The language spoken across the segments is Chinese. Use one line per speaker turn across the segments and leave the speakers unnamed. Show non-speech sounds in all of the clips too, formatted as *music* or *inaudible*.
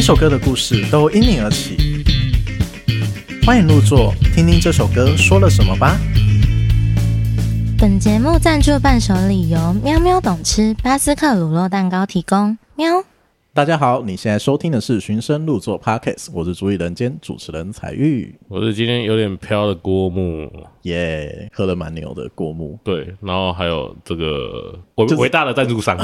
首歌的故事都因你而起。欢迎入座，听听这首歌说了什么吧。
本节目赞助伴手礼由喵喵懂吃巴斯克乳酪蛋糕提供。喵，
大家好，你现在收听的是《寻声入座》Podcast，我是主理人兼主持人彩玉，
我是今天有点飘的郭牧，。
耶、喝了蛮牛的过目
对，然后还有这个伟
就是
伟大的赞助 *laughs* 商，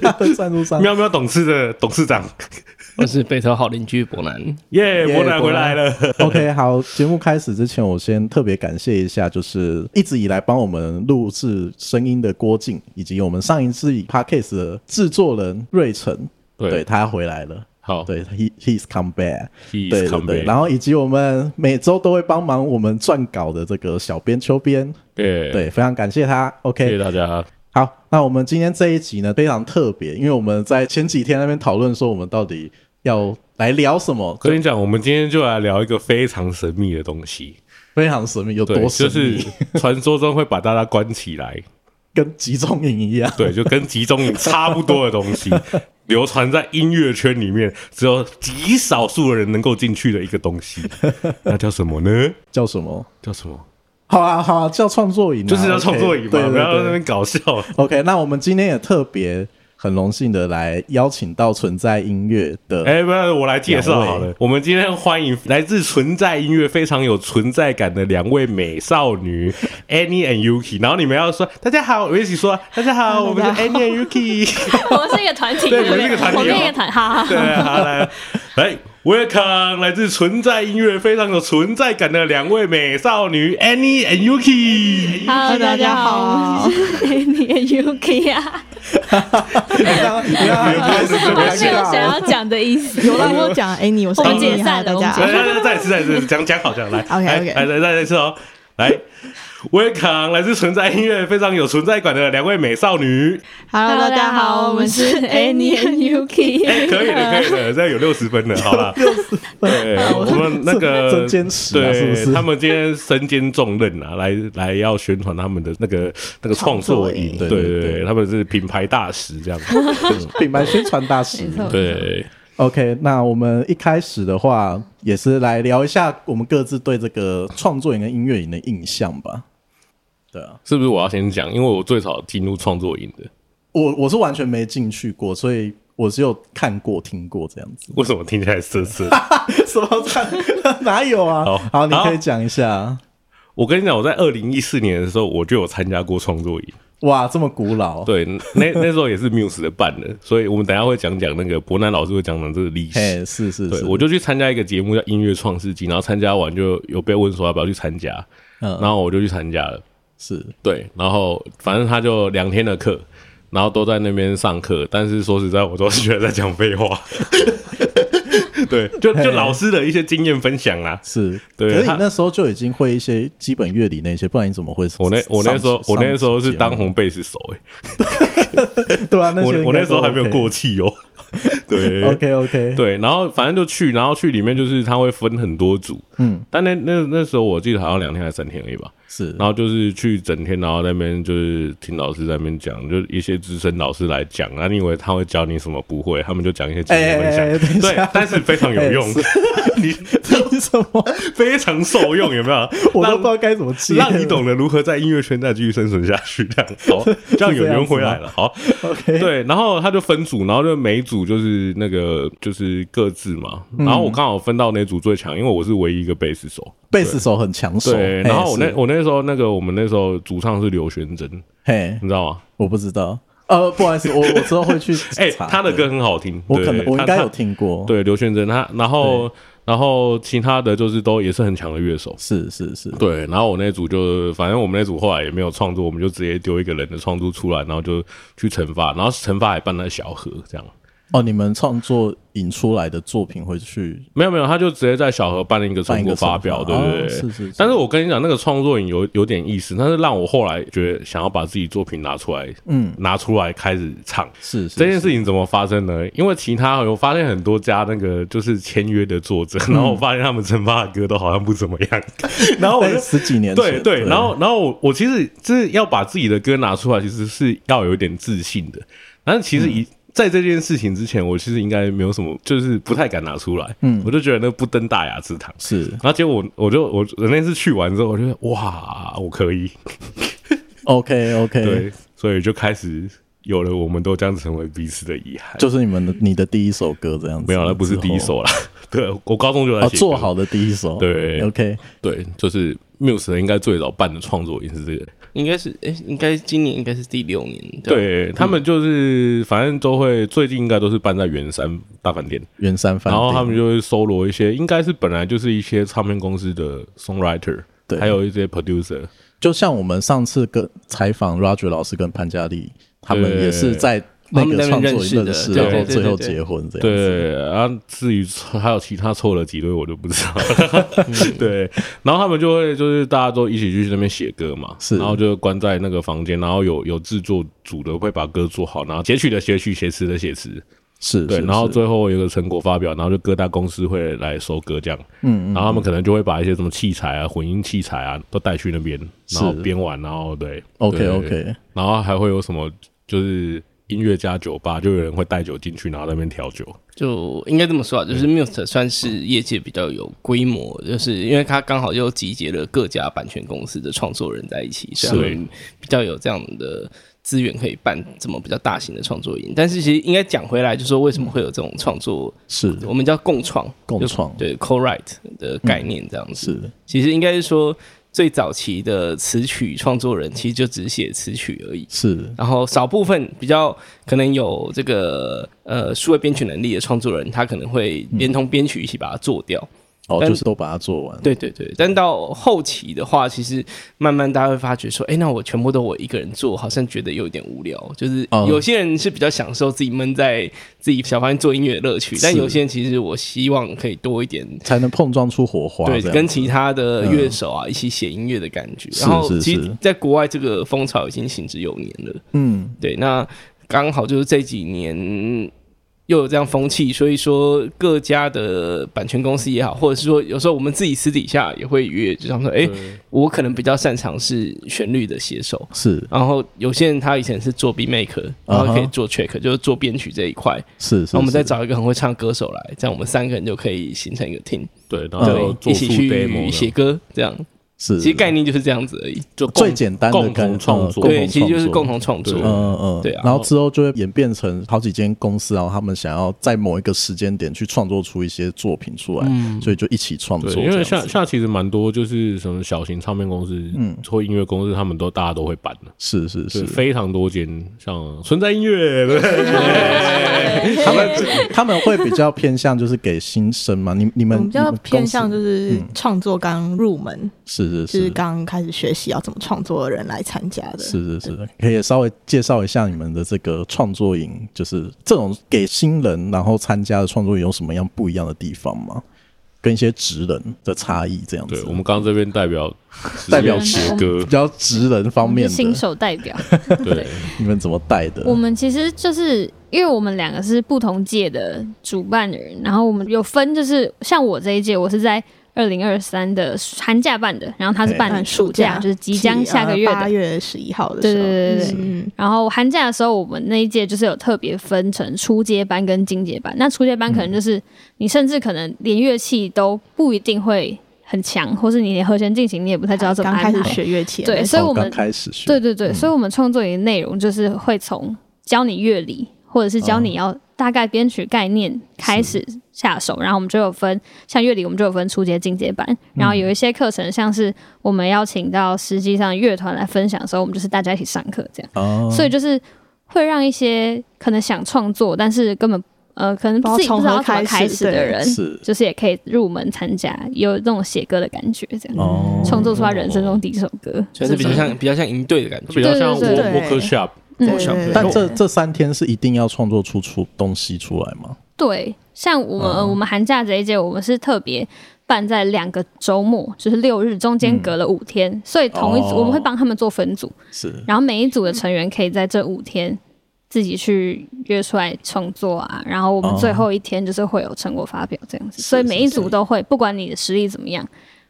他的 *laughs* 赞助商
喵喵董事的董事长，
*laughs* 我是北头好邻居伯南，
*laughs* 耶，
耶
伯南回来了，
*laughs* OK，好，节目开始之前，我先特别感谢一下，就是一直以来帮我们录制声音的郭靖，以及我们上一次 podcast 的制作人瑞成，
对
他回来了。
好
对，he he's come back，
He is
对对
come
对，
back
然后以及我们每周都会帮忙我们撰稿的这个小编秋编，
耶，
对，非常感谢他。OK，
谢谢大家，
好，那我们今天这一集呢非常特别，因为我们在前几天那边讨论说我们到底要来聊什么，
跟你讲，我们今天就来聊一个非常神秘的东西，
非常神秘，有
对，
多神
就
秘，
是传说中会把大家关起来，
跟集中营一样。
*laughs* 对，就跟集中营差不多的东 *laughs* 西，流传在音乐圈里面，只有极少数的人能够进去的一个东西， *laughs* 那叫什么呢？
叫什么？
叫什么？
好啊，好啊，叫创作营、啊，
*laughs* 就是要创作营
OK，
嘛，
对
不要在那
对对
边
*laughs*
搞笑。
OK，那我们今天也特别很荣幸的来邀请到存在音乐的，
哎，不要，我来介绍好
两
了
位。
我们今天欢迎来自存在音乐非常有存在感的两位美少女 Annie and Yuki，然后你们要说大家好，我一起说大家好，我们是 Annie and Yuki。
*laughs* 我们是一个团体，
对
不
我们是一个团体
我们是一
哦
个团，好好好。
对，好来来，Welcome，来自存在音乐非常有存在感的两位美少女 Annie and Yuki。
Hello，大家好， *laughs* 我是 Annie Yuki 啊，
你看你看是
我是有
尴
想
尬
要讲的意思。
有啦， *laughs* 我有讲 a n 我是
我们
Annie，
解散了
哈
啊
我们解
来来哎来，
散
大家
再一次，再一次，讲讲好
*laughs*
讲来
OK，OK
来来来再一次哦，来。Welcome，来自存在音乐非常有存在感的两位美少女，
Hello，大家好，我们是 Annie。
哎、
Yuki。
可以了，可以了，这样有六十分了，好
*laughs*
吧？对，我们那个
啊真坚持啊
对，
是不是
他们今天身兼重任啊，来来要宣传他们的那个那个创作营，
创作营
对
对
对
对
对，他们是品牌大使这样，
*laughs* 品牌宣传大使。
对，
OK，那我们一开始的话，也是来聊一下我们各自对这个创作营跟音乐营的印象吧。对啊，
是不是我要先讲？因为我最早进入创作营的，
我我是完全没进去过，所以我只有看过、听过这样子。
为什么听起来涩涩？
什么看？哪有啊？
好
好，你可
好
以讲一下。
*laughs* 我跟你讲，我在二零一四年的时候，我就有参加过创作营，
哇，这么古老。
对，那那时候也是 Muse 的办的，所以我们等一下会讲讲那个伯南老师会讲讲这个历史。
嘿，是是
对，
是，
我就去参加一个节目叫《音乐创世纪》，然后参加完就有被问说要不要去参加，
嗯
然后我就去参加了。
是
对，然后反正他就两天的课，然后都在那边上课，但是说实在，我都是觉得在讲废话。 *laughs* 对，就就老师的一些经验分享啊啦。
是。
对
可是你
他
那时候就已经会一些基本乐理那些，不然你怎么会上？
我那我那时候
上
我那时候
上
是当
节目
红贝斯手、欸，
对啊，那些
我我那时候还没有过
去。
气哦、 *laughs* 对
OK OK，
*laughs* 对，然后反正就去，然后去里面就是他会分很多组，
嗯，
但那那那时候我记得好像两天还是三天而已吧。
是
然后就是去整天，然后在那边就是听老师在那边讲，就一些资深老师来讲啊，你以为他会教你什么？不会，他们就讲一些经验分享，
哎哎哎等一下
对，但是非常有用，
哎
你
为什么？
*laughs* 非常受用，有没有？
*laughs* 我都
让
不知道该怎么接。
让你懂得如何在音乐圈再继续生存下去，这样
*laughs*
好，这样有缘回来了，好。
OK，
*laughs* 对，然后他就分组，然后就每一组就是那个就是各自嘛，
嗯
然后我刚好分到那组最强，因为我是唯一一个贝斯手。
贝斯手很抢手。
对，
嘿
然后我那
是
我那时候那个我们那时候主唱是刘玄真，你
嘿，
知道吗？
我不知道。呃，不好意思，我我之后会去
哎、
查
他的歌
对
很好听，
我
对
可能
他
我应该有
他
听过。，
对，刘炫珍他，然后然后其他的就是都也是很强的乐手。
是是是，
对，然后我那组就，反正我们那组后来也没有创作，我们就直接丢一个人的创作出来，然后就去惩罚，然后惩罚还办了小盒这样。
哦，你们创作引出来的作品会去
没有没有，他就直接在小盒办了一个
办
成
一
果
个
发
惩罚
表，对不对？
哦是是是
但是我跟你讲，那个创作营有有点意思，但是让我后来觉得想要把自己作品拿出来，
嗯
拿出来开始唱，
是是
这件事情怎么发生呢？因为其他有发现很多家那个就是签约的作者，
嗯
然后我发现他们惩罚的歌都好像不怎么
*laughs*
样，然后我就
哎。十几年前
对对，然后然后我我
嗯
其实就是要把自己的歌拿出来，其实是要有一点自信的。但是其实以、在这件事情之前，我其实应该没有什么，就是不太敢拿出来。
嗯
我就觉得那不登大雅之堂。
是
然后结果我我就我我那次去完之后，我就觉得哇，我可以。
OK OK，
对，所以就开始有了，我们都将成为彼此的遗憾。
就是你们的你的第一首歌这样子。
没有，那不是第一首啦。 *laughs* 对，我高中就
之
在
后哦，
写歌
做好的第一首。
对
，OK，
对，就是 Muse 应该最早办的创作也是这个。
应该是哎、应该今年应该是第六年。吧，
对他
嗯
们就是反正都会最近应该都是办在圆山大饭店，
圆山饭
然
店。
后他们就会搜罗一些，应该是本来就是一些唱片公司的 songwriter，
对
还有一些 producer，
就像我们上次跟采访 Roger 老师跟潘嘉丽，他们
对
也是在那
他们
个
那边
创作
认识
营
的
认识，
对
然后
对
最后
对对
结婚这样子。
对，然后至于还有其他凑了几对，我就不知道
*laughs*
了。
嗯
对，然后他们就会就是大家都一起去那边写歌嘛，
是
然后就关在那个房间，然后有有制作组的会把歌做好，然后截取的截取，写词的写词，
是，
对，
是
然后
是
最后有一个成果发表，然后就各大公司会来收割这样，
嗯嗯
然后他们可能就会把一些什么器材啊、混音器材啊都带去那边，然后
是
编完，然后对
OK
对
OK，
然后还会有什么就是音乐家酒吧，就有人会带酒进去，然后在那边调酒。
就应该这么说啊，就是 Muse 算是业界比较有规模，就是因为它刚好又集结了各家版权公司的创作人在一起，所以他们比较有这样的资源可以办这么比较大型的创作营。但是其实应该讲回来，就是说为什么会有这种创作，
是
我们叫共创，
共
就
创
对 co-write 的概念这样子。
嗯是
其实应该是说最早期的词曲创作人，其实就只写词曲而已。
是
然后少部分比较可能有这个呃数位编曲能力的创作人，他可能会连同编曲一起把它做掉。
哦，
但
就是都把它做完。
对对对，但到后期的话，其实慢慢大家会发觉说，哎，那我全部都我一个人做，好像觉得有点无聊。就是
哦
有些人是比较享受自己闷在自己小房间做音乐的乐趣，但
是
有些人其实我希望可以多一点
才能碰撞出火花。
对，
这样
跟
子嗯
其他的乐手啊、一起写音乐的感觉。
是
然后
是
其实
是
在国外这个风潮已经行之有年了。
嗯
对，那刚好就是这几年又有这样风气，所以说各家的版权公司也好，或者是说有时候我们自己私底下也会约，就想说，哎、我可能比较擅长是旋律的写手。
是
然后有些人他以前是做 beat maker，然后可
啊
以
哈
做 track，、就是做编曲这一块。
是
然
是，
后我们再
是
找一个很会唱歌手来，这样我们三个人就可以形成一个 team，
嗯
对，然后
对，
做出
一起去
demo
写
的
歌，这样。
是
其实概念就是这样子而已。
就共
最简单的
共
概
同创作
共。
对，
同
其实就是
创作
共同创作
对。
嗯嗯，
对啊
然后之后就会演变成好几间公司，然后他们想要在某一个时间点去创作出一些作品出来，所以就一起创作
嗯对，
这样
因
子。
为下下其实蛮多，就是什么小型唱片公司、嗯，或音乐公司，他们都大家都会办的，
是是
对，
是，
非常多间，像存在音
*laughs*
乐，对，
他们他们会比较偏向就是给新生嘛，你你
我
们
们比嗯较偏向
你们
就是创作刚入门，
是是
就是
是
刚开始学习要怎么创作的人来参加的。
是是是，可以稍微介绍一下你们的这个创作营，就是这种给新人然后参加的创作营有什么样不一样的地方吗？跟一些职人的差异这样子。
对我们刚刚这边代表
代表
写歌
比，较职人方面
是新
的，
手代表。
对，
你们怎么带的？
我们其实就是因为我们两个是不同届的主办人，然后我们有分，就是像我这一届，我是在二零二三的寒假办的，然后他是办
办
暑
哎暑啊
假，就是即将下个月的
呃八月十一号的
对
时
对
候，
对对对
嗯，
然后寒假的时候，我们那一届就是有特别分成初阶班跟进阶班。那初阶班可
嗯
能就是你甚至可能连乐器都不一定会很强，或是你连和弦进行你也不太知道怎么
刚
安
开始
排。
学嗯乐器的
对
那时
所以
哦
我们
刚开始学，
对对对，所以我们创作营的内容就是会从教你乐理，或者是教你
嗯
要大概编曲概念开始下手。然后我们就有分，像乐理我们就有分初阶、进阶班。
嗯
然后有一些课程，像是我们邀请到实际上乐团来分享的时候，我们就是大家一起上课这样。
嗯
哦，
所以就是会让一些可能想创作，但是根本呃可能
不知道
自己不知
从何
道怎么
开始
开始的
对
人，
是
就是也可以入门参加，有那种写歌的感觉，这样
哦，
嗯创、作出他人生中第一首歌。
嗯就是比较像比较像营队的感觉
比。较像
对
work
对对
workshop，
嗯
对对对
但这这三天是一定要创作出出东西出来吗？
对，像我们、
嗯
呃我们寒假这一届，我们是特别。办在两个周末，就是六日，中
嗯
间隔了五天，所以同一组、
哦
我们会帮他们做分组，
是
然后每一组的成员可以在这五天自己去约出来创作啊，然后我们
哦
最后一天就是会有成果发表这样子，所以每一组都会，不管你的实力怎么样，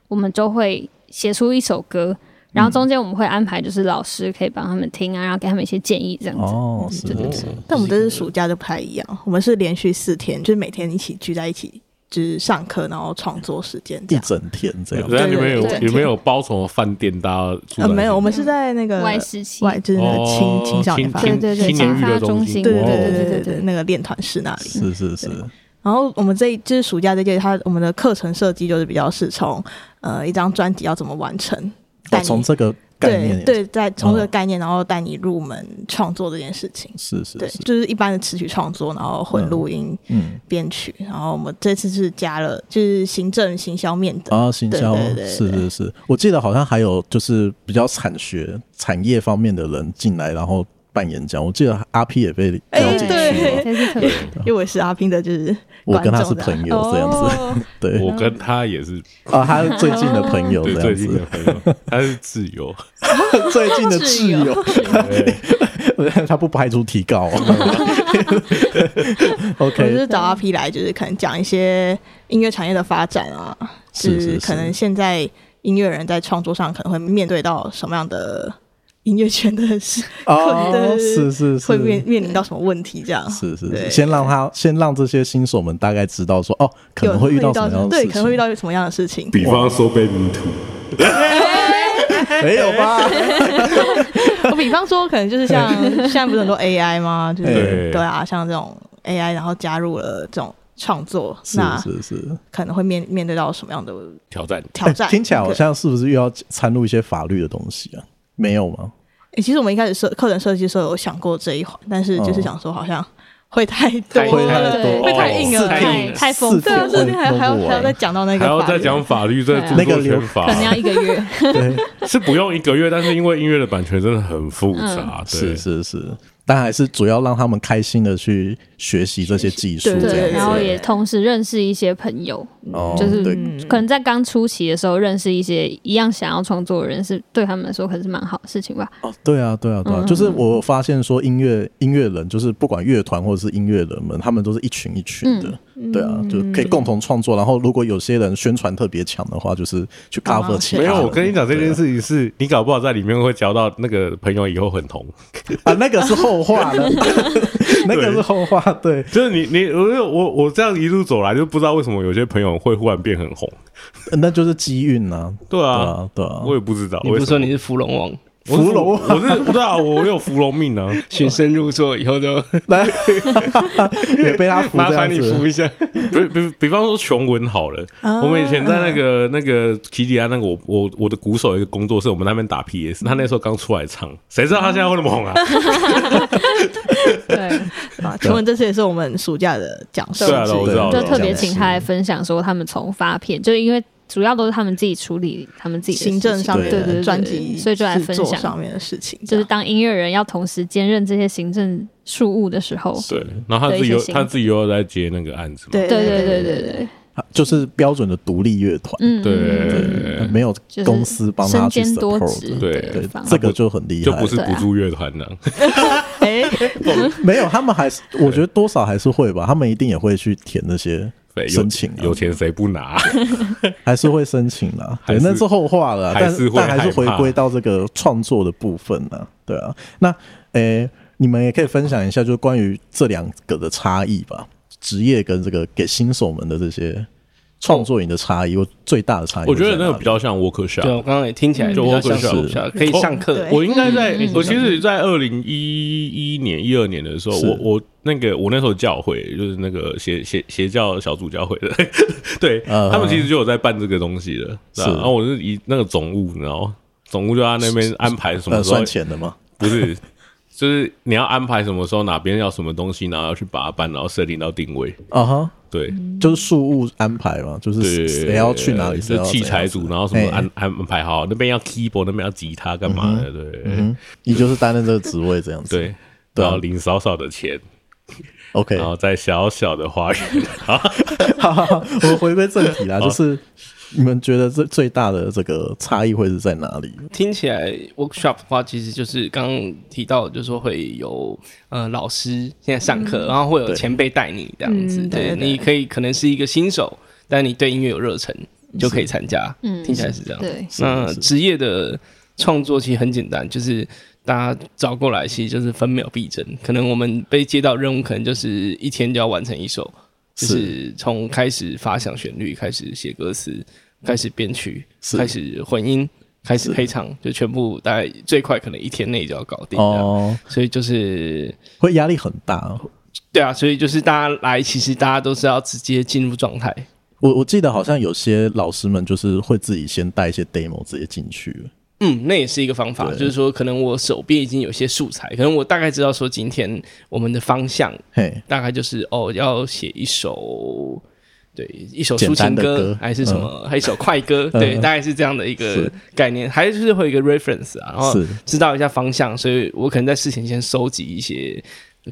我们都会写出一首歌，然后中间我们会安排就是老师可以帮他们听啊，然后给他们一些建议这样子。
哦，是
对嗯对
的，
对
但我们这次暑假就不太一样，我们是连续四天，就是每天一起聚在一起，就是上课然后创作时间这
一
样。
整天这样
人。家你们有
对对对
有没有包什么饭店大家住在
呃，
里面？
没有，我们是在那个
外事期
嗯外就是那个青
哦
青少年
青
发
对
展，
对对，
青年娱乐
发
中
心，
心
对对
哇
对
哦
对对对对，那个练团室那里。
是是是，
然后我们这一就是暑假这届，它我们的课程设计就是比较是从呃一张专辑要怎么完成，带
哦
你
从这个概
对
念，，
对，在从这个
嗯
概念，然后带你入门创作这件事情。
是是
对，
是，
就是一般的词曲创作，然后混录音、
嗯，
编曲，然后我们这次是加了就是行政行销面的，
啊，行销
对对对
是
对
是是，我记得好像还有就是比较产学产业方面的人进来，然后办演讲。我记得阿 P 也被叫
哎
进
对
去，
这是特别
因为我是阿斌的，就是
我跟他是
观
朋
众的
友这样子，
哦
对
我跟他也是
啊，他最近的朋友
对
这
最
样
近的
子，
朋友，他是自由，
*laughs* 最近的挚
*laughs*
友， *laughs* 他不排除提告哦。 *laughs*
我就
OK，
是找阿 P 来，就是可能讲一些音乐产业的发展啊，
是
就是
是
可能现在音乐人在创作上可能会面对到什么样的音乐圈的
*laughs*
事，
哦，是是
会面
是。
面临到什么问题这样。
是是
对
是，先让他先让这些新手们大概知道说，哦，可
有
能会遇到什么
什
样的事
对，
情，
可能会遇到什么样的事情？
比方说被迷途，
*laughs* 没有
*laughs*
吧？
我比方说，可能就
*laughs*
是像现在不是很多 AI 吗？就是
对
对啊，像这种 AI，然后加入了这种创作，
是
那
是是，哎
可能会面面对到什么样的
挑战
挑战？
听起来好像是不是又要掺入一些法律的东西啊？没有吗？
欸，其实我们一开始设课程设计的时候有想过这一环，但是就是
哦
想说好像会太多
会
太
了，
多
会太硬了，
哦
太
太
太太丰富
对
了
啊，
四
这
天
边还还要
弄不
还要
完
再讲到那个
还
法律，
要再讲法律，这
对啊
著
那
作
个流
权法
可能要一个月，
是不用一个月，但是因为音乐的版权真的很复
嗯
杂，对
是是是，但还是主要让他们开心的去学习这些技术，
对
这样
*laughs* 对，
子
然后也同时认识一些朋友，
哦，
就是
对
嗯
可能在刚初期的时候认识一些一样想要创作的人，是对他们来说可能是蛮好的事情吧。
哦，对啊，对啊，对啊，
嗯
就是我发现说音乐音乐人，就是不管乐团或者是音乐人们，他们都是一群一群的，
嗯
对啊，就可以共同创作。然后如果有些人宣传特别强的话，就是去
帮忙
啊
cover 其他
宣
没
人。
有，我跟你讲这件
对啊
事情是，你搞不好在里面会交到那个朋友，以后很红。
啊，那个是后话
*laughs*
了， *laughs* 那个是后话，对，
*laughs* 就是你你我我我这样一路走来，就不知道为什么有些朋友会忽然变很红。
那就是机运呐，
对
对
啊，
啊，对啊，
我也不知道。
你不
为
是
什
说
么
你是芙蓉王，
我是
芙蓉
我是不知道，我有芙蓉命啊。
循声入座以后就
来也被他扶
麻
这样
烦你扶
子，
一下。
比比比方说琼文好了，
啊
我们以前在那个那个基迪亚那个我我我的鼓手有一个工作室，我们那边打 PS，他那时候刚出来唱，谁知道他现在会那么红啊？
对，
啊。请问这次也是我们暑假的讲授
对啊，
之
我
一
知道，
就
我知道
特别请他来分享说他们从发片，就是因为主要都是他们自己处理他们自己的事
行政
情
上面
对对
的
对
专
对
辑，
所以就来分
上
享，
面的事情，
就是
这样
当音乐人要同时兼任这些行政事务的时候，
对，然后他自己
的
又
一些心
他自己又在接那个案子嘛，
对
对
对
对对对对，
就是标准的独立乐团，
嗯，
对
没有
就是
公司帮他
身
去
兼多职
support 的。
对
的
对
方，，
这个就很厉害
就
了，
不是补助乐团了。
哎，
没有，他们还是我觉得多少还是会吧，他们一定也会去填那些
对，有
申请啊
有钱谁不拿？
还是会申请啦。对，
*laughs* 还是
那是后话了，
还
但
是会
但还是
害
回
怕
归到这个创作的部分呢。对啊，那诶、你们也可以分享一下，就是关于这两个的差异吧，职业跟这个给新手们的这些创作营的差异，我最大的差异
我
会在
觉
哪里，
得那个比较像 work shop，
对，我啊刚刚也听起来
就
嗯就比较
workshop
像暑假，可以上课
对。
我应该
嗯
在，我其实，在二零一一年、一二年的时候，
是
我我那个我那时候教会就是那个邪邪邪教小组教会 *laughs* 的，对、
嗯
他们其实就有在办这个东西的。是啊
是
然后我是以那个总务，你知道吗，总务就在那边安排什么
呃
时候
算钱的嘛。
不是，就是你要安排什么时候哪边要什么东西，然后要去把它搬，然后设定到定位。
啊哈，
对，
就是事务安排嘛，就
对，
是谁要去哪里，谁
就
要
器材
怎样
组，
子
然后什么
哎
安安排好，那边要 keyboard，那边要吉他，干嘛的？对。
嗯，你就是担任这个职位这样子。
对，
对啊啊
然后领少少的钱，
，OK，
然后在小小的花园，
好好好， *laughs* 我们回归正题啦，就是你们觉得最最大的这个差异会是在哪里？
听起来 workshop 的话，其实就是刚刚提到，就是说会有呃老师现在上课，然后会有
对
前辈带你这样子，
嗯
对，
嗯对对
你可以可能是一个新手，但你对音乐有热忱就可以参加，
嗯
听起来是这样。
对
是
那
是
职业的创作其实很简单，就是大家找过来，其实就是分秒必争。可能我们被接到任务，可能就是一天就要完成一首，就是从开始发想旋律，开始写歌词，开始编曲，
是
开始混音，开始配唱，就全部大概最快可能一天内就要搞定。哦，
哦，
所以就是
会压力很大。
对啊，所以就是大家来，其实大家都是要直接进入状态。
我我记得好像有些老师们就是会自己先带一些 demo 直接进去，
嗯，那也是一个方法，
对
就是说，可能我手边已经有一些素材，可能我大概知道说今天我们的方向
嘿，
大概就是哦，要写一首，对，一首
简
抒
单
情
的
歌，
歌
还是什么，还有一首快歌，
嗯
对，大概是这样的一个
是
概念，还是会有一个 reference 啊，然后
是
知道一下方向，所以我可能在事前先收集一些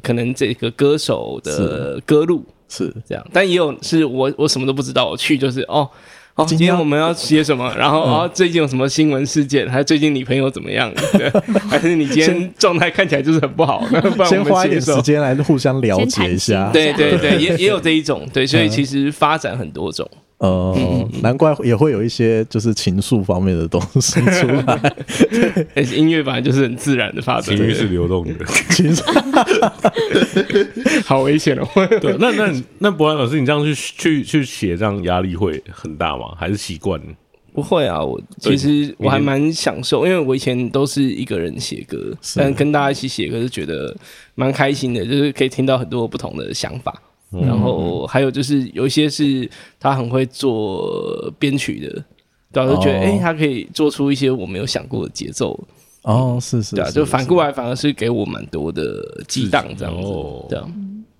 可能这个歌手的歌路，
是
这样，但也有是我我什么都不知道，我去就是哦。哦，
今
今
天
天我们要写什
*laughs*
么？然后哦，最近有什么新闻事件？还有最近你朋友怎么样？ *laughs* 对，还是你今天状态看起来就是很不好？ *laughs* 那不然
先
我们
花一
写
点
首
时间来互相了
先
解
谈
一下
心。
对
*laughs*
对对，也也有这一种，对，
嗯
所以其实发展很多种。 *laughs*
哦、
嗯
难怪也会有一些就是情愫方面的东西出来，
*laughs* 而且音乐本来就是很自然的发展
情，欲是流动的。
情愫
好危险哦。
对，那那那博然老师，你这样去去去写，这样压力会很大吗？还是习惯？
不会啊，我
对
其实我还
你
蛮享受，因为我以前都是一个人写歌，但跟大家一起写歌就觉得蛮开心的，就是可以听到很多不同的想法。
嗯
然后还有就是有一些是他很会做编曲的，对、啊，就觉得
哦
哎、诶他可以做出一些我没有想过的节奏，
哦，是是，
对啊，
是
就反
是
过来反而是给我蛮多的激荡这样子
哦，
对啊。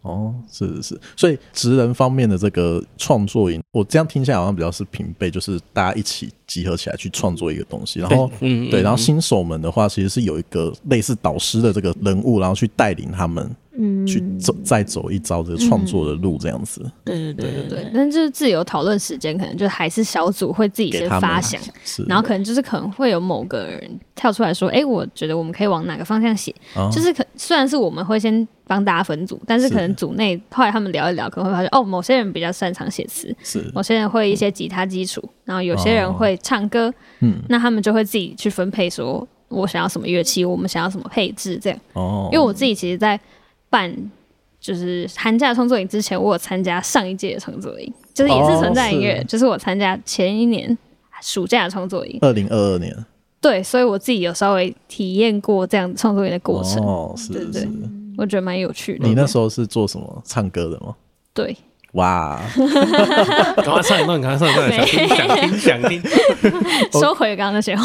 哦，是是是，所以职人方面的这个创作营，我这样听起来好像比较是平辈，就是大家一起集合起来去创作一个东西，然后
嗯嗯
对，然后新手们的话，其实是有一个类似导师的这个人物，然后去带领他们
嗯，
去走、再走一遭这个创作的路，这样子。
对对对对
对，但就是自由讨论时间，可能就还是小组会自己
给
先
他们啊
发想，
是，
然后可能就是可能会有某个人跳出来说：“哎、我觉得我们可以往哪个方向写。
哦
就是可虽然是我们会先帮大家分组，但是
是
可能组内后来他们聊一聊，可能会发现哦，某些人比较擅长写词，
是
某些人会一些吉他基础，然后有些人会唱歌，
嗯
那他们就会自己去分配说，我想要什么乐器，我们想要什么配置这样。
哦，
因为我自己其实，在办就是寒假创作营之前，我有参加上一届的创作营，就是也是存在音乐，
哦是
就是我参加前一年暑假的创作营。
二零二二年
对，所以我自己有稍微体验过这样创作营的过程，
哦，是
对对
是。
我觉得蛮有趣的。
你那时候是做什么？唱歌的吗？
对，
哇， *laughs*
赶快上一段，赶快上一段，想听想听想听。
哦
收回刚刚那些话。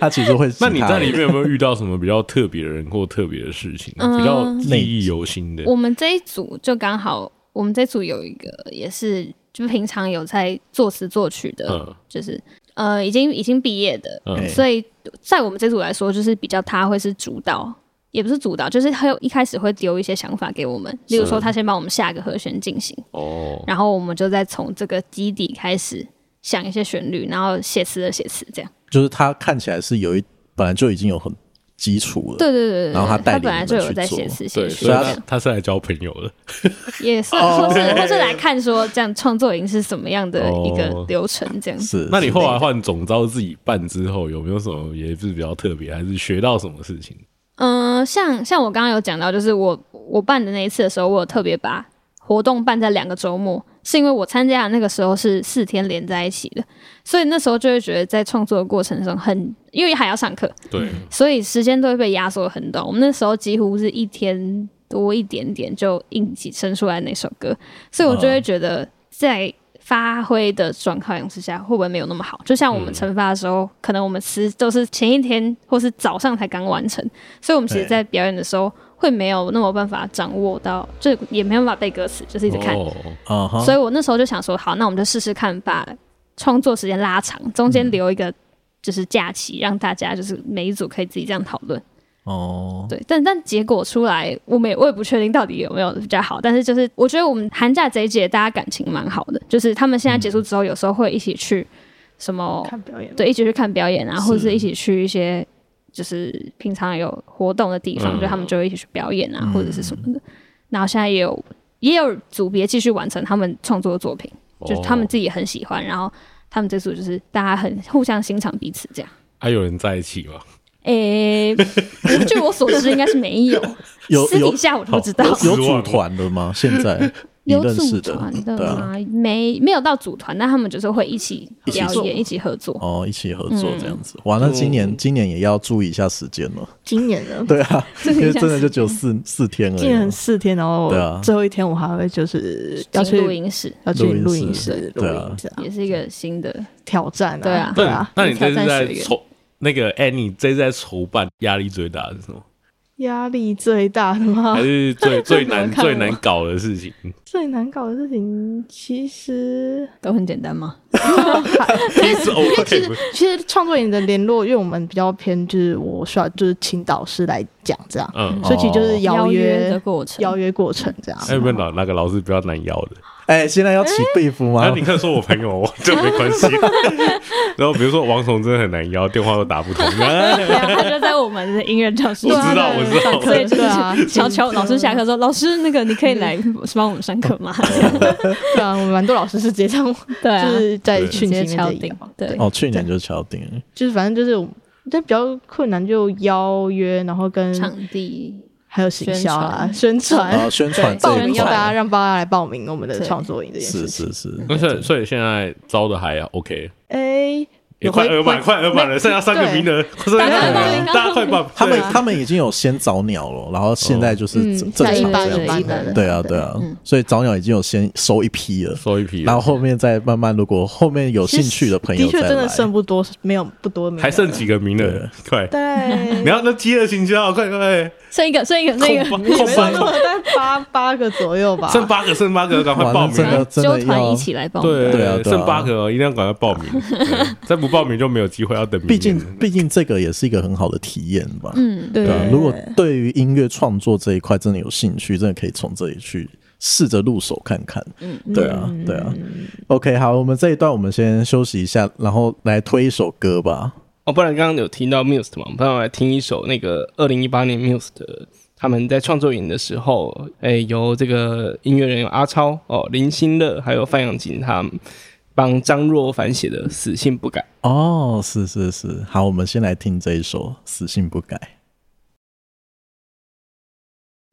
他其实会吉他
那
的。
你在里面有没有遇到什么比较特别的人或特别的事情，比较记忆犹新的？
我们这一组就刚好，我们这组有一个也是，就平常有在作词作曲的，
嗯
就是呃，已经已经毕业的，
哎
嗯，
所以在我们这组来说，就是比较他会是主导，也不是主导，就是他有一开始会丢一些想法给我们，例如说他先帮我们下一个和弦进行，
哦，
然后我们就再从这个基底开始想一些旋律，然后写词的写词，这样。
就是他看起来是有一本来就已经有很基础了，
对对对对对，
然后他带领
本来就
你
有
们
在
去
写
做
词写
对，
曲
所以
这
他
样，
他是来交朋友的，
也是，或是或是来看说这样创作营是什么样的一个
哦
流程，这样。
是。
那你后来换总招自己办之后，有没有什么也是比较特别，还是学到什么事情？
嗯、像像我刚刚有讲到，就是我我办的那一次的时候，我有特别把活动办在两个周末，是因为我参加的那个时候是四天连在一起的，所以那时候就会觉得在创作的过程中很，因为还要上课，
对，
所以时间都会被压缩得很短。我们那时候几乎是一天多一点点就硬挤生出来那首歌，所以我就会觉得在发挥的状况之下，会不会没有那么好？就像我们成发的时候，可能我们词都是前一天或是早上才刚完成，所以我们其实
对
在表演的时候会没有那么办法掌握到，就也没有办法背歌词，就是一直看。
哦，
啊哈，
所以我那时候就想说，好，那我们就试试看，把创作时间拉长，中间留一个就是假期，让大家就是每一组可以自己这样讨论。
哦，
对，但但结果出来，我们也我也不确定到底有没有比较好，但是就是我觉得我们寒假这一届大家感情蛮好的，就是他们现在结束之后，有时候会一起去什么
看表演，
对， *laughs* 一起去看表演啊，或者
是
是一起去一些就是平常有活动的地方，
嗯
就他们就会一起去表演啊，或者是什
嗯
么的。然后现在也有也有组别继续完成他们创作的作
哦
品，就是他们自己也很喜欢，然后他们这组就是大家很互相欣赏彼此这样。
还啊有人在一起吗？
诶、据我所知应该是没有，
有
私
有
底下我都不知道。
有组团了吗？现在你
*laughs* 有
认识
组
的
团
对啊，
吗？没没有到组团，但他们就是会一起
一起
表
做
演、一起合作。
哦，一起合作这样
嗯
子。哇，那今
嗯
年今年也要注意一下时间了。 *laughs*
今年的，
对啊，
注意
因
一
为
下
真的就只有四四天而
今
已
年
嘛。
四天，然后
对啊
最后一天我还会就是要
进录
去
音室
要去
录
录
音
音
室
室录
对啊
音这样
也是一个新的，
挑战啊，
对啊
对啊。
嗯那你这
挑
是
战
在
学员
筹那个哎，你这是在筹办压力最大的是什么？
压力最大的吗
还？是
*laughs*
最最难
哦这怎么看
最
我
难搞的事
*laughs*
情？ *laughs*
最难搞的事情，其实 *laughs*
都很简单吗？
是 OK 不
其实创作营的联络，因为我们比较偏，就是我需要就是请导师来讲这样，
嗯，哎
所以其实就是邀
约
约
的过程，
邀约过程这样。
还有没有老那个老师比较难邀的？
哎，现在要起被服
那
吗？
哎你可以说我朋友，
*laughs*
我这没关系。 *laughs* 然后比如说王彤真的很难邀，电话都打
*laughs*
不通。
*laughs* 对啊，他就在我们的音乐教室
我知道，我知道，
所以就是
对 *laughs* 啊
悄悄老师下课说：“老师，那个你可以来帮我们上
*laughs*
课吗
对啊，我们蛮多老师是直接这样，？”
对啊，
就是在
对
直
群里
接
面
敲
直接
定
邀，
对，
哦，去年就敲定了。
就是反正就是我们，但比较困难就邀约，然后跟
场地
还有行销啊、宣
哎
然后
传，
宣传
报
这一
名要大家
块，
让大家来报名我们的
对
创作营这件
是
事
是
情。
是，
那所以所以现在招的还 OK，
哎，
也
有
快
回
额满，
回
快额满了，剩下三个名额，快剩下三个名额，
大家
大家快
快报名
报名。
他们
啊
对
他们已经有先早鸟了，然后现在就是
嗯
正正
在一
常
般
这
一般
样
的嗯
子。对啊，对啊，所以早鸟已经有先收一批了，
收一批了，
然后后面再慢慢，如果后面有兴趣的朋友
的确
再
真
来
的。剩不多，没有不多，没有
还剩几个名额
对，
快！
对，
你要那饥饿行销，快快！
剩一个，剩一个，剩一
快
个，
空八空八，
那么在八八个左右吧，
剩八个，剩八个，赶快
啊哇
报
那
名
真！的真
纠
的
团
要
一，起来报名。
对
对啊对啊
剩八个哦，一定要赶快报
*laughs*
名，对再不报名就没有机会，要等明年。
毕竟毕竟这个也是一个很好的体验吧。
嗯，
对
对啊，如果对于音乐创作这一块真的有兴趣，真的可以从这里去试着入手看看。嗯，对啊，对啊。OK，好，我们这一段我们先休息一下，然后来推一首歌吧。
哦，不然刚刚有听到 Muse 嘛，不然我来听一首那个二零一八年 Muse 的他们在创作营的时候，哎、由这个音乐人有阿超哦、林心乐还有范扬锦他们帮张若凡写的《死性不改》。
哦，是是是，好，我们先来听这一首《死性不改》。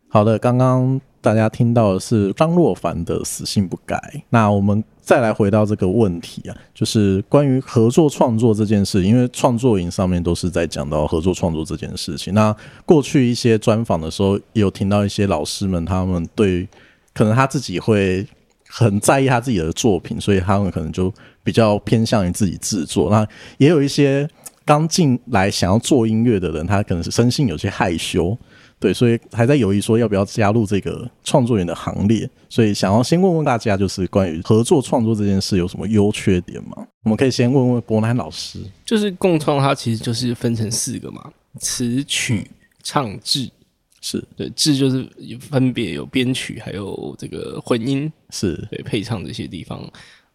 好的，刚刚大家听到的是张若凡的《死性不改》。那我们再来回到这个问题啊，就是关于合作创作这件事，因为创作营上面都是在讲到合作创作这件事情。那过去一些专访的时候，也有听到一些老师们他们对，可能他自己会很在意他自己的作品，所以他们可能就比较偏向于自己制作。那也有一些刚进来想要做音乐的人，他可能是生性有些害羞，对，所以还在犹豫说要不要加入这个创作人的行列。所以想要先问问大家，就是关于合作创作这件事有什么优缺点吗？我们可以先问问伯南老师。
就是共创，它其实就是分成四个嘛，词曲唱制。
是
对，制就是分别有编曲，还有这个混音，
是，
对配唱这些地方。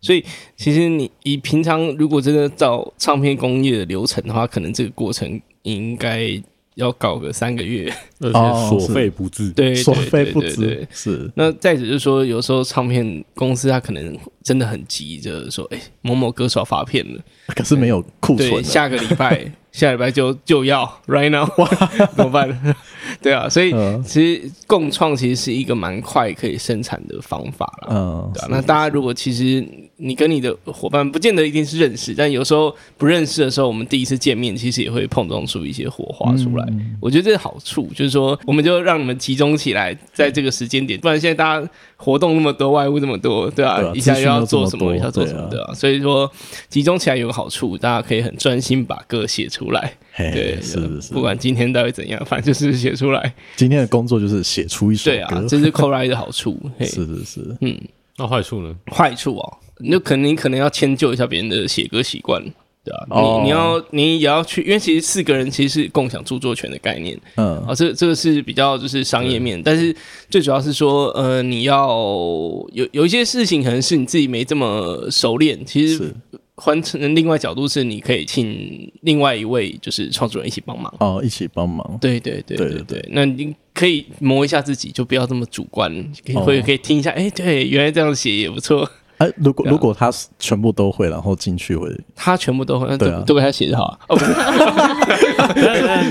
所以其实你以平常如果真的照唱片工业的流程的话，可能这个过程应该要搞个三个月。
而
哦
且所费不至，
对，
所
对
费不。
对对
知
对
是
那再者就是说，有时候唱片公司它可能真的很急着说，哎、某某歌手发片了，
可是没有库
对，
存啊的，
下个礼
*laughs*
拜，下礼拜就就要，right now，怎么办？ *laughs* 对啊，所以
嗯
其实共创其实是一个蛮快可以生产的方法啦。
嗯
对啊，那大家如果其实你跟你的伙伴不见得一定是认识，但有时候不认识的时候，我们第一次见面，其实也会碰撞出一些火花出来。
嗯
我觉得这是好处，就是说我们就让你们集中起来，在这个时间点，不然现在大家活动那么多，外务那么多，对啊，
对啊
一下又要做什
资讯又这么
么，
多
一下做什么，
对
对啊，所以说集中起来有个好处，大家可以很专心把歌写出来。
嘿
对，
哎是是是
不，管今天到底怎样，反正就是写出来。
今天的工作就是写出一首
对啊
歌，，
这是 c o r a 的好处。嘿，
是是是，
嗯。
那坏处 *laughs* 呢？
坏处哦，你就可能你可能要迁就一下别人的写歌习惯，对啊，你、
哦
你要你也要去，因为其实四个人其实是共享著作权的概念
嗯
啊，这这个是比较就是商业面，但是最主要是说，呃，你要有有一些事情可能是你自己没这么熟练，其
是
实换成另外角度是你可以请另外一位就是创作人一起帮忙。
哦，一起帮忙，
对对对
对
对
对
对那你可以磨一下自己，就不要这么主观，可以
哦
会可以听一下，哎、对，原来这样写也不错，
哎、如果
对啊
如果他是全部都会，然后进去会，
他全部都会，
对
都
啊
都被他写
*laughs*
的好啊。哦，不是，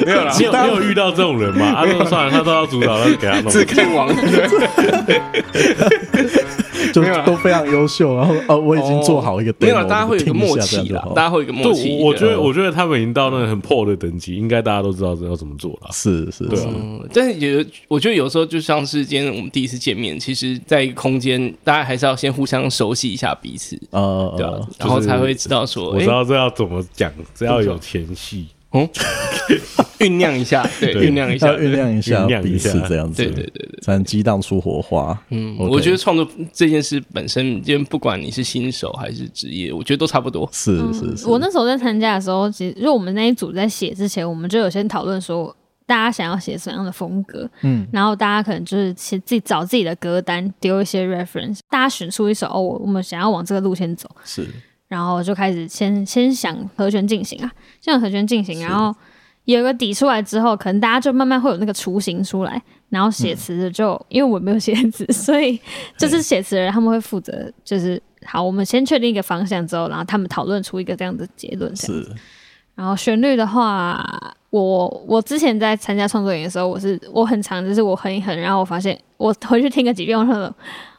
没有啦，你有你有遇到这种人吗？啊，那算了，他都要主导，那就给他弄。
自看 *laughs* 网。
就
没有啦啊
都非常优秀。然后哦，我已经做好一个 demo，
没有啦，大家会有
你
一个
听一
默
下
契
这样
啦
就，好
大家会有一个
对
默契。，
我觉
嗯
对
得，我觉得他们已经到那个很破的等级，应该大家都知道要怎么做了。
是是
对
是
啊，
嗯，但是有，我觉得有时候就像是今天我们第一次见面，其实，在一个空间，大家还是要先互相熟悉一下彼此，
呃，
对啊
呃，
然后才会知道说，
啊我
哎
知道这要怎么讲，这要有前戏，
酝酿一下，对，
对
酝酿一下
要，酝酿一下
酝酿一
彼
下
此这样子，
对对对对。
才能激荡出火花。
嗯，
OK
我觉得创作这件事本身，今天不管你是新手还是职业，我觉得都差不多。
是
嗯
是是，
我那时候在参加的时候，其实就我们那一组在写之前，我们就有先讨论说。大家想要写什么样的风格？
嗯，
然后大家可能就是其自己找自己的歌单，丢一些 reference，大家选出一首哦，我我们想要往这个路线走，
嗯
是
然后就开始先先想和弦进行啊，先想和弦进行，然后有一个底出来之后，可能大家就慢慢会有那个雏形出来，然后写词的就、因为我没有写词，所以就是写词的人他们会负责，就是好，我们先确定一个方向之后，然后他们讨论出一个这样的结论，这样
是
然后旋律的话，我我之前在参加创作营的时候，我是我很常就是我哼一哼，然后我发现我回去听个几遍，我说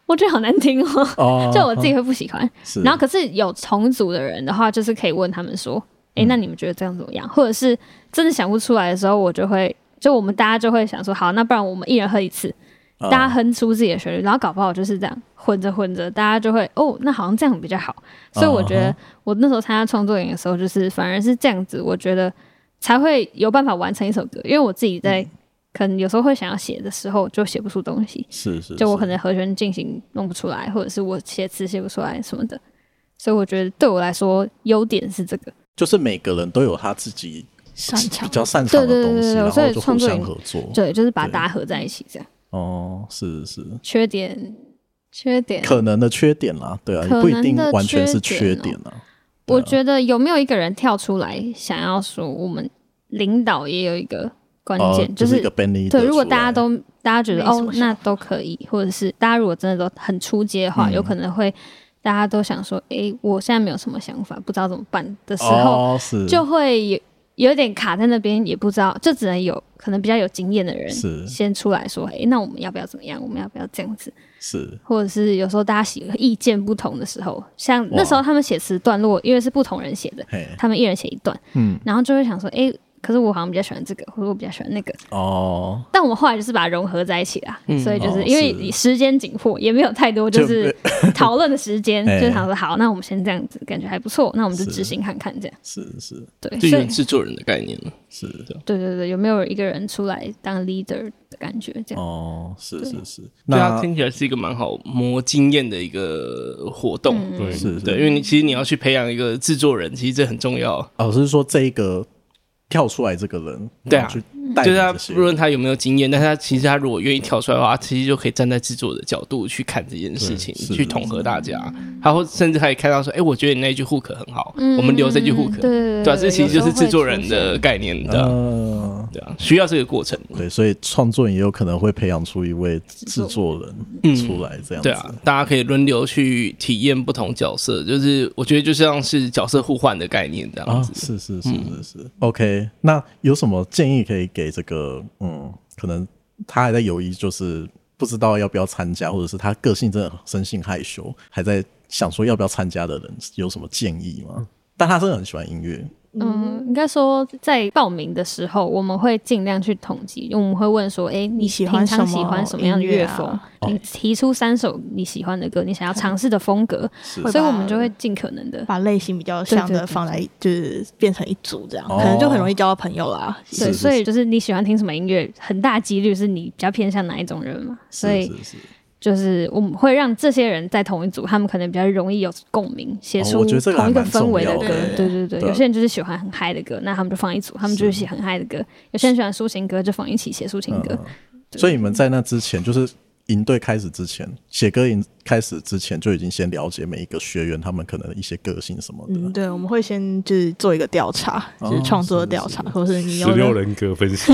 我觉得 *laughs* 好难听哦，
哦
就我自己会不喜欢。
是，
然后可是有同组的人的话，就是可以问他们说，诶，那你们觉得这样怎么样？或者是真的想不出来的时候，我就会就我们大家就会想说，好，那不然我们一人哼一次，
啊
大家哼出自己的旋律，然后搞不好就是这样混着混着，大家就会哦，那好像这样比较好。所以我觉
嗯
得我那时候参加创作营的时候，就是反而是这样子，我觉得才会有办法完成一首歌。因为我自己在可能有时候会想要写的时候，就写不出东西，
是是，
就我
是
可能和弦进行弄不出来，或者是我写词写不出来什么的。所以我觉得对我来说，优点是这个。
就是每个人都有他自己
擅
比
长
较擅长的
对对对
东西，
对对
然
所
后
以
就互
创作
相
营
合作。
对，就是把
对
大家合在一起，这样
哦，是是，
缺点缺点
可能的缺点啦，对啊，
可
也不一
能
定
的
完全是缺
缺
点
点哦
啊。对啊
我觉得有没有一个人跳出来想要说，我们领导也有一个关键，
哦
就
就是一个 band leader
对。如果
出
大家
来
都大家觉得
没什
哦
么，想
那都可以，或者是大家如果真的都很出街的话，
嗯
有可能会大家都想说，诶，我现在没有什么想法，不知道怎么办的时候，
哦是
就会有有点卡在那边，也不知道，就只能有可能比较有经验的人
是
先出来说，诶，那我们要不要怎么样？我们要不要这样子？
是
或者是有时候大家喜意见不同的时候，像
哇
那时候他们写词段落，因为是不同人写的，
嘿
他们一人写一段，
嗯
然后就会想说，诶，可是我好像比较喜欢这个，或者我比较喜欢那个。
哦，
但我们后来就是把它融合在一起啦，所以就
哦
是因
是
为时间紧迫，也没有太多
就
就是 *laughs*
*laughs*
讨论的时间，
哎
就想说好，那我们先这样子，感觉还不错，那我们就是执行看看这样。
是是
对，
这就
所
是
以
制作人的概念了。
是
对对对，有没有一个人出来当 leader 的感觉这样？
哦是是是，
对啊，
那
听起来是一个蛮好磨经验的一个活动。
对，
是
对，因为你其实你要去培养一个制作人，其实这很重要。
老师说这一个跳出来这个人，
对啊
然后去带
就是
领
他
这些
不论他有没有经验，但是他其实他如果愿意跳出来的话，他其实就可以站在制作的角度去看这件事情，
是
去统合大家。他会甚至还可以看到说，哎、我觉得你那一句 hook 很好，
嗯
我们留这句
嗯
hook。
对对
对啊，
对，
这其实就是制作人
有时候
的
会出
概念的，
呃
对啊，需要这个过程。
对，所以创作也有可能会培养出一位制作人
嗯
出来这样
对
子，
啊，大家可以轮流去体验不同角色，就是我觉得就像是角色互换的概念这样
啊，
子。
是是是是
嗯
是、o k 那有什么建议可以给这个嗯，可能他还在犹豫，就是不知道要不要参加，或者是他个性真的生性害羞，还在想说要不要参加的人，有什么建议吗？但他真的很喜欢音乐，
嗯，应该说在报名的时候，我们会尽量去统计，我们会问说，哎、你
喜
平
欢
常
什么
喜欢什么样的乐风？
音乐啊
你提出三首你喜欢的歌，你想要尝试的风格，
是
会
所以
把
我们就会尽可能的。
把类型比较像
对对
的
对
放在一，就是变成一组这样，
哦
可能就很容易交到朋友啦。
是
对，
是
所以就是你喜欢听什么音乐，很大几率是你比较偏向哪一种人嘛。所
是
以
是是，
就是我们会让这些人在同一组，他们可能比较容易有共鸣，写
哦
出
我觉得这个还
同一个
蛮
氛围
重
的
要
歌
的。
对对对，
对啊
有些人就是喜欢很嗨的歌，那他们就放一组，他们就是
是嗯
写很嗨的歌；有些人喜欢抒情歌，就放一起写抒情歌。
嗯所以你们在那之前就是。营队开始之前，写歌营开始之前就已经先了解每一个学员他们可能一些个性什么的。 *laughs*
嗯，对，我们会先就是做一个调查，
哦
就是创作的调查，或
哎
是你
十
有
六
*laughs*
人格分
*laughs*
析，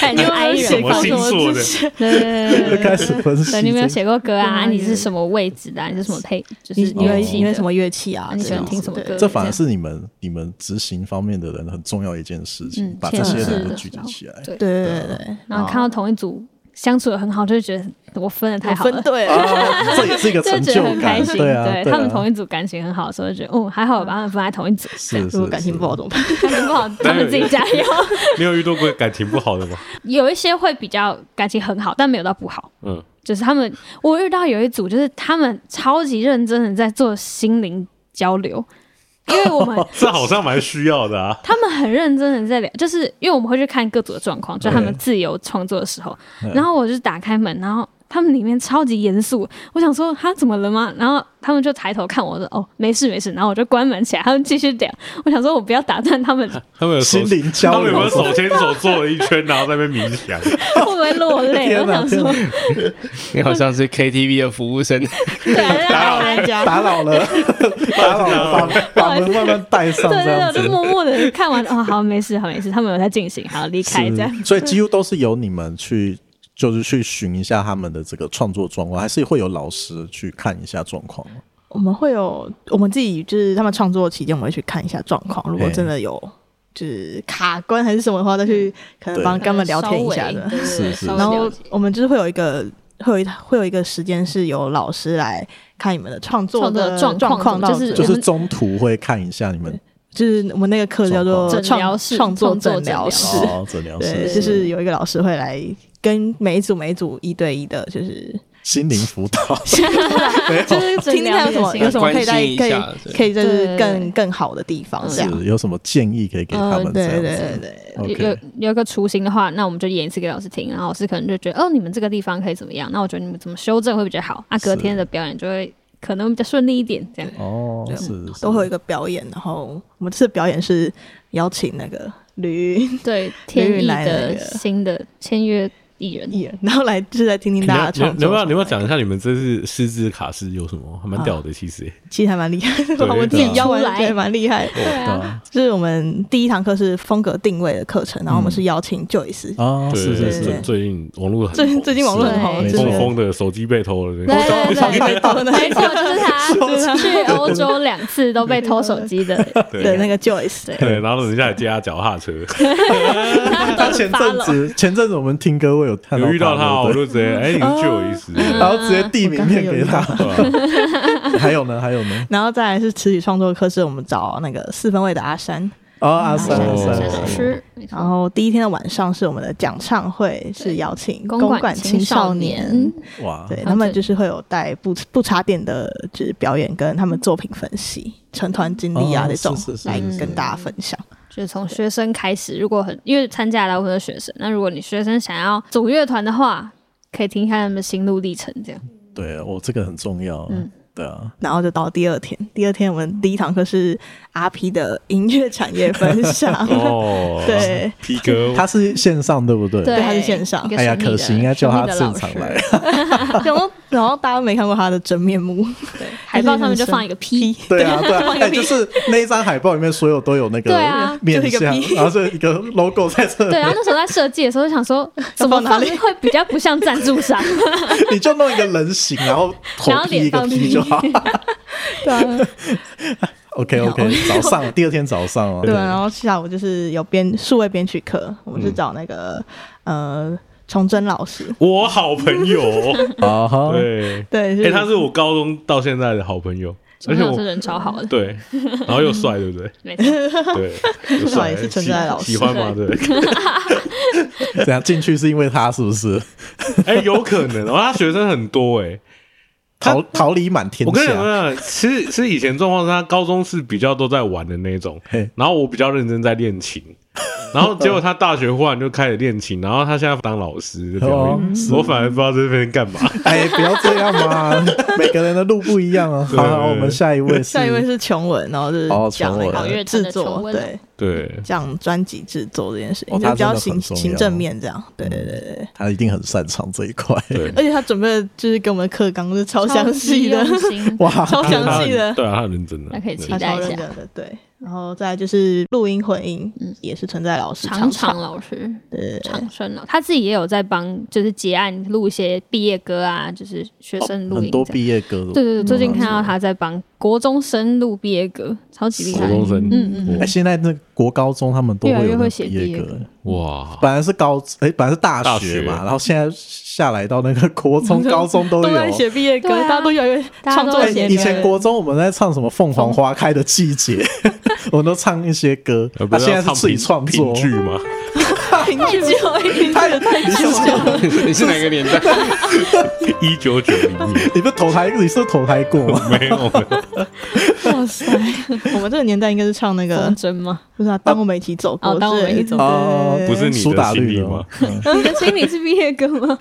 感觉 I
什
哎人
么
放
星
松。
座的？
对对对
就开
对
始分析。
对，你有没有写过歌啊？
对
你是什么位置的啊？你是什么配？就是
你
乐器
哦
你会
的
你会什？么乐器啊？
哦你喜欢
这种
听什么
对
歌
这反而是你们你们执行方面的人很重要一件事情，
嗯
把这些人都
确实
聚集起来。
对
对对对对，
然后看到同一组相处的很好，就会觉得我分的太
我
好了
分。对了，
啊，这也是一
*laughs*
个
就
成
觉
就
得很
感
开，心，
对啊，对啊嗯
他们同一组感情很好的时候，就觉得哦还好我把他们分在同一组，
是
如果
是
感情不好
是
怎么办？
感情不好 *laughs* 他们自己加油。
你有遇到过感情不好的吗？
有一些会比较感情很好，但没有到不好。
嗯，
就是他们，我遇到有一组，就是他们超级认真的在做心灵交流，因
*laughs*
为我们
这好像蛮需要的啊。
他们很认真的在聊，就是因为我们会去看各组的状况，就他们
对
自由创作的时候
嗯，
然后我就打开门，然后他们里面超级严肃，我想说他怎么了吗？然后他们就抬头看我说哦没事没事，然后我就关门起来，他们继续聊，我想说我不要打断
*laughs*
他们，会
他们有手
心灵
他
交
们有
流
没有，手牵手坐了一圈，然后在那边冥
*laughs*
想？
不会落泪？
天
我
哪
想说
你好像是 KTV 的服务生，
对，打扰人家。
打扰
*laughs*
了，打扰了，把把门慢慢带上
*laughs* 对
这
对对，
样
我就
子。
默默的看完，哦，好，没事，好，没事，他们有在进行，好，离开这样。
是所以几乎都是由你们去，就是去寻一下他们的这个创作状况，还是会有老师去看一下状况吗。
我们会有我们自己就是他们创作期间，我们会去看一下状况，如果
嘿
真的有就是卡关还是什么的话，再
嗯
去可能
对
帮跟他们聊天一下的。
是是
然后我们就是会有一个会有一会有一个时间是由老师来看你们的创作
创作
的
状况
况到底，
就是
就是中途会看一下你们
就是我们那个课叫做
诊疗
创
室
创作
创作
诊
诊疗
疗
室
室，
哦，诊疗
对，
师
就是有一个老师会来跟每一组每一组一对一的，就是
心灵辅导，
*laughs*
就是
听听看有什么哦有什么可以
关
在
心一
可
下
以
对
可以就
对
是
对对
更更好的地方这样。
啊是有什么建议可以给他们
嗯
这
对
样
对
子？
对对，
有
OK
有有一个雏形的话，那我们就演一次给老师听，然后老师可能就觉得哦，你们这个地方可以怎么样？那我觉得你们怎么修正会比较好？啊，隔
是
天的表演就会可能比较顺利一点，这样。
哦，是是
都会有一个表演，然后我们这次表演是邀请那个吕云
对，
天
天
意
意
的
的新的签约艺人，
艺人，然后来就是来听听
你
大家
要
的
你要你
创
要
作
不要
什么的。
你要不要讲一下你们这次师资卡是有什么？还蛮屌的，其实。
其实还蛮厉害的，
对啊
我自己邀完觉得蛮厉害的。
对啊，
啊
就是我们第一堂课是风格定位的课程，然后我
嗯
们是邀请 Joyce，
啊，
对
是是
对最
是
对，
最近网络很
最
红啊
最近网络很红，
对
就
疯
是
疯的手机被偷了，
对对对，
对
*laughs* 没错，就是 *laughs* 他去欧洲两次都被偷手 *laughs* 机的，
对
的那个 Joyce，
对，然后人家也借他脚踏车，
他前阵子前阵子我们听歌会有看到
有遇到他哦，我
对
就直接哎，你借我一次，
哦
然后直接递名片给他。
对吧
还有呢，还有 *laughs* 呢，
然后再来是词曲创作课，是我们找那个四分位的阿山。
啊，阿三阿
哦，
三
嗯是哦
阿
老
三，
师，没
然
错，
后第一天的晚上是我们的讲唱会，是邀请
公
公
馆
馆
青
青
少
少
年
年，
哇，
对
好
他们
这
就是会有带不不插电的，就是表演跟他们作品分析、成团经历
哦
啊这种
是是是
来
是
跟大家分享。
就是从学生开始，如果很因为参加了我们的学生，那如果你学生想要组乐团的话，可以听一下他们的心路历程，这样。
对我这个很重要，对啊，
然后就到第二天，第二天我们第一堂课是 RP 的音乐产业分享
*laughs*
哦，
对，
皮哥，
他是线上对不对？
对，
他是线上
一个
哎呀，
神秘的
可惜应该叫他
神秘
现
的老
场
师
来。 *laughs*
哦
然后然后大家没看过他的真面目，
*laughs* 海报上面就放一
*laughs*
个 P，
对啊， *laughs* 对啊，哎，就是那一张海报里面所有都有那
对
个
啊
面
就是一个
相，
P
然后是一个啊 logo 在这里
对，，然啊后那时候在设计的时候就想说，怎么
放哪
放
里
*laughs* 会比较不像赞助商？
*laughs* 你就弄一个人形，然后头
然后
披
脸
一个
放
P
屁
就好。
*laughs*
对啊，
OK OK，早上第二天早上哦，
对，啊然后下午就是有编数位编曲课，我
嗯
们是找那个、呃崇祯老师，
我好朋友，
啊
哦
哈，
对，
对，
哎，他是我高中到现在的好朋友，而
那
且
老
我
师人超好的，
对，然后又帅，对不对？
没错，
*laughs*
对，又帅
帅是存在的老师
喜喜欢吗？对， *laughs*
怎样进去是因为他是不是
哎，有可能，然后他学生很多，哎，
桃桃李满天
我跟你
下？
讲，啊其实其实以前状况是他高中是比较都在玩的那种
嘿，
然后我比较认真在练琴，然后结果他大学忽然就开始练琴，然后他现在当老师，就表
哦
演我反而不知道这边干嘛。
哎，不要这样嘛，
*laughs*
每个人的路不一样啊。好，好，我们下一位是，
下一位是琼文，然后就是
哦
讲
琼文
那
哦
乐
个
团
制
的琼
作，
文
对，
对，
讲专辑制作这件事
哦
情，就
他
比
真
较
的很
行
重要嗯
行政面这样。对对对对，
他一定很擅长这一块。 *laughs*
对
而且他准备的就是跟我们课纲是超详细的， *laughs*
超级用心
哇，
超
他
详细
*laughs*
他很，
的
对啊，他很认真的，
那可以期
他
待
超认真的。对，然后再来就是录音混音，也是存在老师
嗯常
常
常老师，
对
长生老他自己也有在帮，就是结案录一些毕业歌啊，就是学生录
很
音
多
这样。
毕业歌的。
对对对，最近看到他在帮国中生录毕业歌，超级厉
国
害。
中生，
嗯
哎，现在那国高中他们都
越来
会
越
有
会
那
写
毕
毕业
业
歌
歌。
哇，
本来是高，哎，本来是大
大
学
学
嘛，然后现在下来到那个国
*laughs*
中、高中都
都在
有。
写毕业歌，
对啊
大家都越来越
大家
创
都
作
哎
在写
型。
以前国中我们在唱什么《凤凰花开的季
*laughs*
节》，我们都唱一些歌，
呃
他
不
现在是
要唱
自己
评
创作
评。
*laughs*
剧吗？
太
太
久
太久了，
你是哪个年代？
*laughs* 一九九零年
你不是投胎？你是不是投胎过
*laughs*
吗？
没有没有，
哇 *laughs* 塞，
我们这个年代应该是唱那个
风，筝吗？
不是啊，当我们一起走过
哦，当我们一起走
哦，
对
不是你
苏
的
打
心
绿
意
的
吗？
嗯你的心里是毕业歌 *laughs* 吗？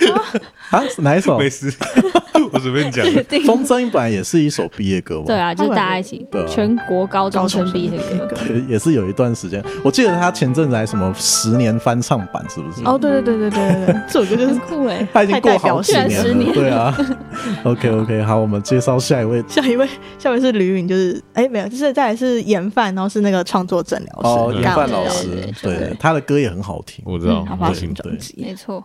啊，哪一首？
没事， *laughs* 我随便讲的。
定
风筝本来也是一首毕业歌嘛，
对，啊，就是大家一起
对啊
全国高中生毕业
高
歌。
也是有一段时间，我记得他前阵子还什么十年翻唱版，是不是？
哦，对对对对对对对，这首歌就是
*laughs* 很酷哎、
他已经过好几
太代表性
年了，
了
对啊。OK
*laughs*
OK，好，我们介绍下一位
下一位，下一位是吕允，就是哎没有，就是再来是严范，然后是那个创作诊疗师，
哦，
嗯
刚
严
好
范老师
对对，
对他的歌也很好听，
我知道
嗯，好吧
我
是
听
专辑，
没错，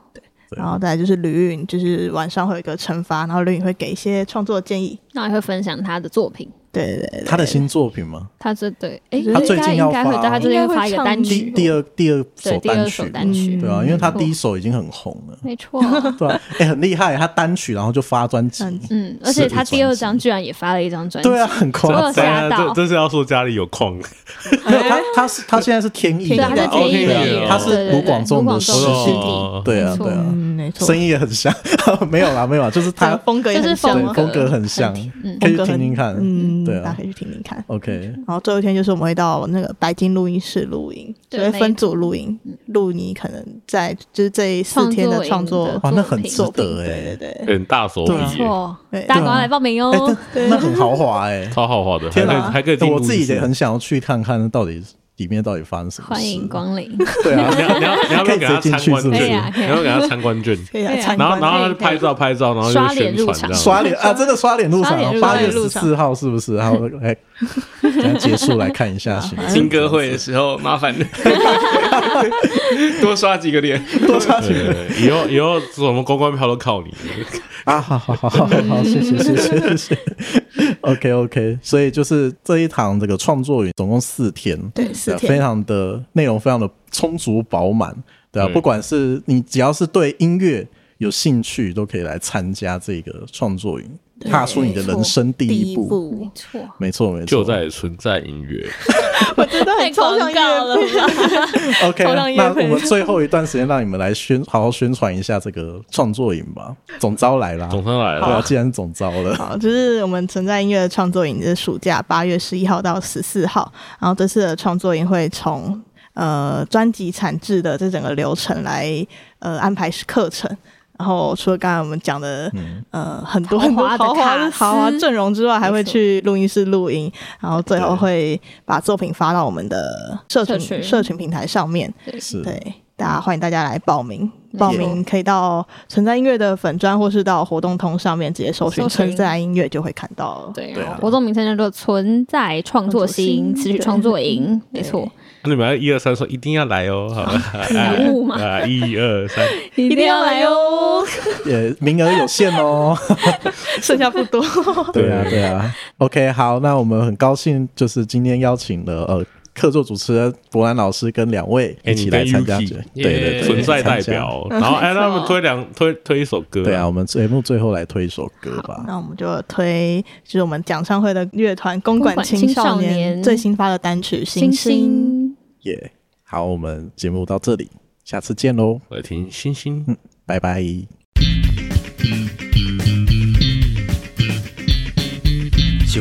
然
哦
后再来就是吕允，就是晚上会有一个惩罚，然后吕允会给一些创作建议，
那也会分享他的作品。
对对对对，
他的新作品吗？
他这对，哎、
他最近
应
要
该
发
应该会，对他最近会发一个单
第
曲，
第二第二首
对第二
单
首
曲，
单曲，嗯
对啊，因为他第一
一，
首已经很红了，
没错，
对啊，哎，很厉害，他单曲然后就发专辑，
嗯
*laughs* 嗯，而且他第二张居然也发了一张专辑，
对啊，，很
我
夸张。
有吓到
这这是要说家里有矿，
没有他，他是他现在是天意
对，
的，
他是天意
哦
的
天意
艺人，
他
啊是
对对对
卢广仲的
卢
师
师
弟
弟，
对啊
没，错
对啊，
嗯没错，
声音也很像， *laughs* 没有啦，没有啦，就是
这个
他
风格也
就是
很像
对
风
吗
格
风格很像，
嗯
可以
风格
听
很
听看。
嗯，
对啊
大家可以去听听看。
OK，
然后最后一天就是我们会到那个白金录音室录音，就
对
会分组录音，
嗯
录你可能在就是这四天的创作
创
哇，哦那很值
作
得
对对
哎，
对，
很大手笔
对啊
没
耶，
错，
对
大家赶快来报名
哎，
哦，
但那很豪华哎，
超豪华的，还
天
可以
哪，
还可以进
哎我
录音
自己也
室
很想要去看看到底里面到底发生什么事。
*laughs* 欢迎光临，
对啊
你，要你要你要不
可
要
以
给
直
他
接进
参
去
观
是不
券？
是
可以啊可
你
以啊
要不要给他参观券？
可以来
对啊
参
然后
观。
然后他就拍照拍照，然后就
刷脸
宣
入
传
场
这
*laughs*
样。
刷脸啊，真的刷脸入
刷脸
场，
入
八月
场
十四号是不是？好，哎，等下结束来看一下行。
听歌会的时候，麻烦 *laughs* 多刷几个脸。
多刷几个
对，以后以后什么公关票都靠你。
啊，好好好好好，谢谢谢谢谢谢。OK *laughs* OK，所以就是这一堂这个创作营总共四天，
对四
啊
天
非常的内容非常的充足饱满，对啊，
对
不管是你只要是对音乐有兴趣，都可以来参加这个创作营，踏出你的人生第
第
一
一
步。
步
没，错，
没错没错，
*laughs* 就在存在音乐，
我真的很抽象乐
了吧，
OK，
抽象
那
业配
我们最后一段时间让你们来宣好好宣传一下这个创作营吧。总招来啦，
总算来
对啊，
了。
既然总招了，
好，就是我们存在音乐的创作营，就是暑假八月十一号到十四号，然后这次的创作营会从呃专辑产制的这整个流程来呃安排课程。然后除了刚才我们讲的，呃，很多
豪
很多
华的
豪华
卡
的
司
豪华阵容之外，还会去录音室录音，然后最
对
后会把作品发到我们的社群
社群
社群平台上面。
是
对，大家欢迎大家来报名，报
错
名可以到存在音乐的粉砖，或是到活动通上面直接搜寻
搜寻
存在音乐，就会看到了。
对，
对啊
然后活动名称叫做“存在创作型
创作型
词曲创作营”，没
对
错，
那啊你们要一二三说一定要来哦，好
*laughs*
吧？
礼物嘛，
啊，一二三，
一定要来
*laughs*
哦！
也名额有限哦。
剩下不多。
*laughs*
对啊，对啊。OK，好，那我们很高兴，就是今天邀请了呃客座主持人博兰老师跟两位
哎
一起来
你跟
参加，对
Yuki
对对，
存在代
参加。
表。然后哎，那我们推两推推一首歌，
对啊，我们节目最后来推一首歌吧。
那我们就推，就是我们讲唱会的乐团公
馆
馆青
青少
少
年
年最新发的单曲《星
星
星》。
星，
耶、好，我们节目到这里，下次见喽，
我来听星星。
拜拜。喜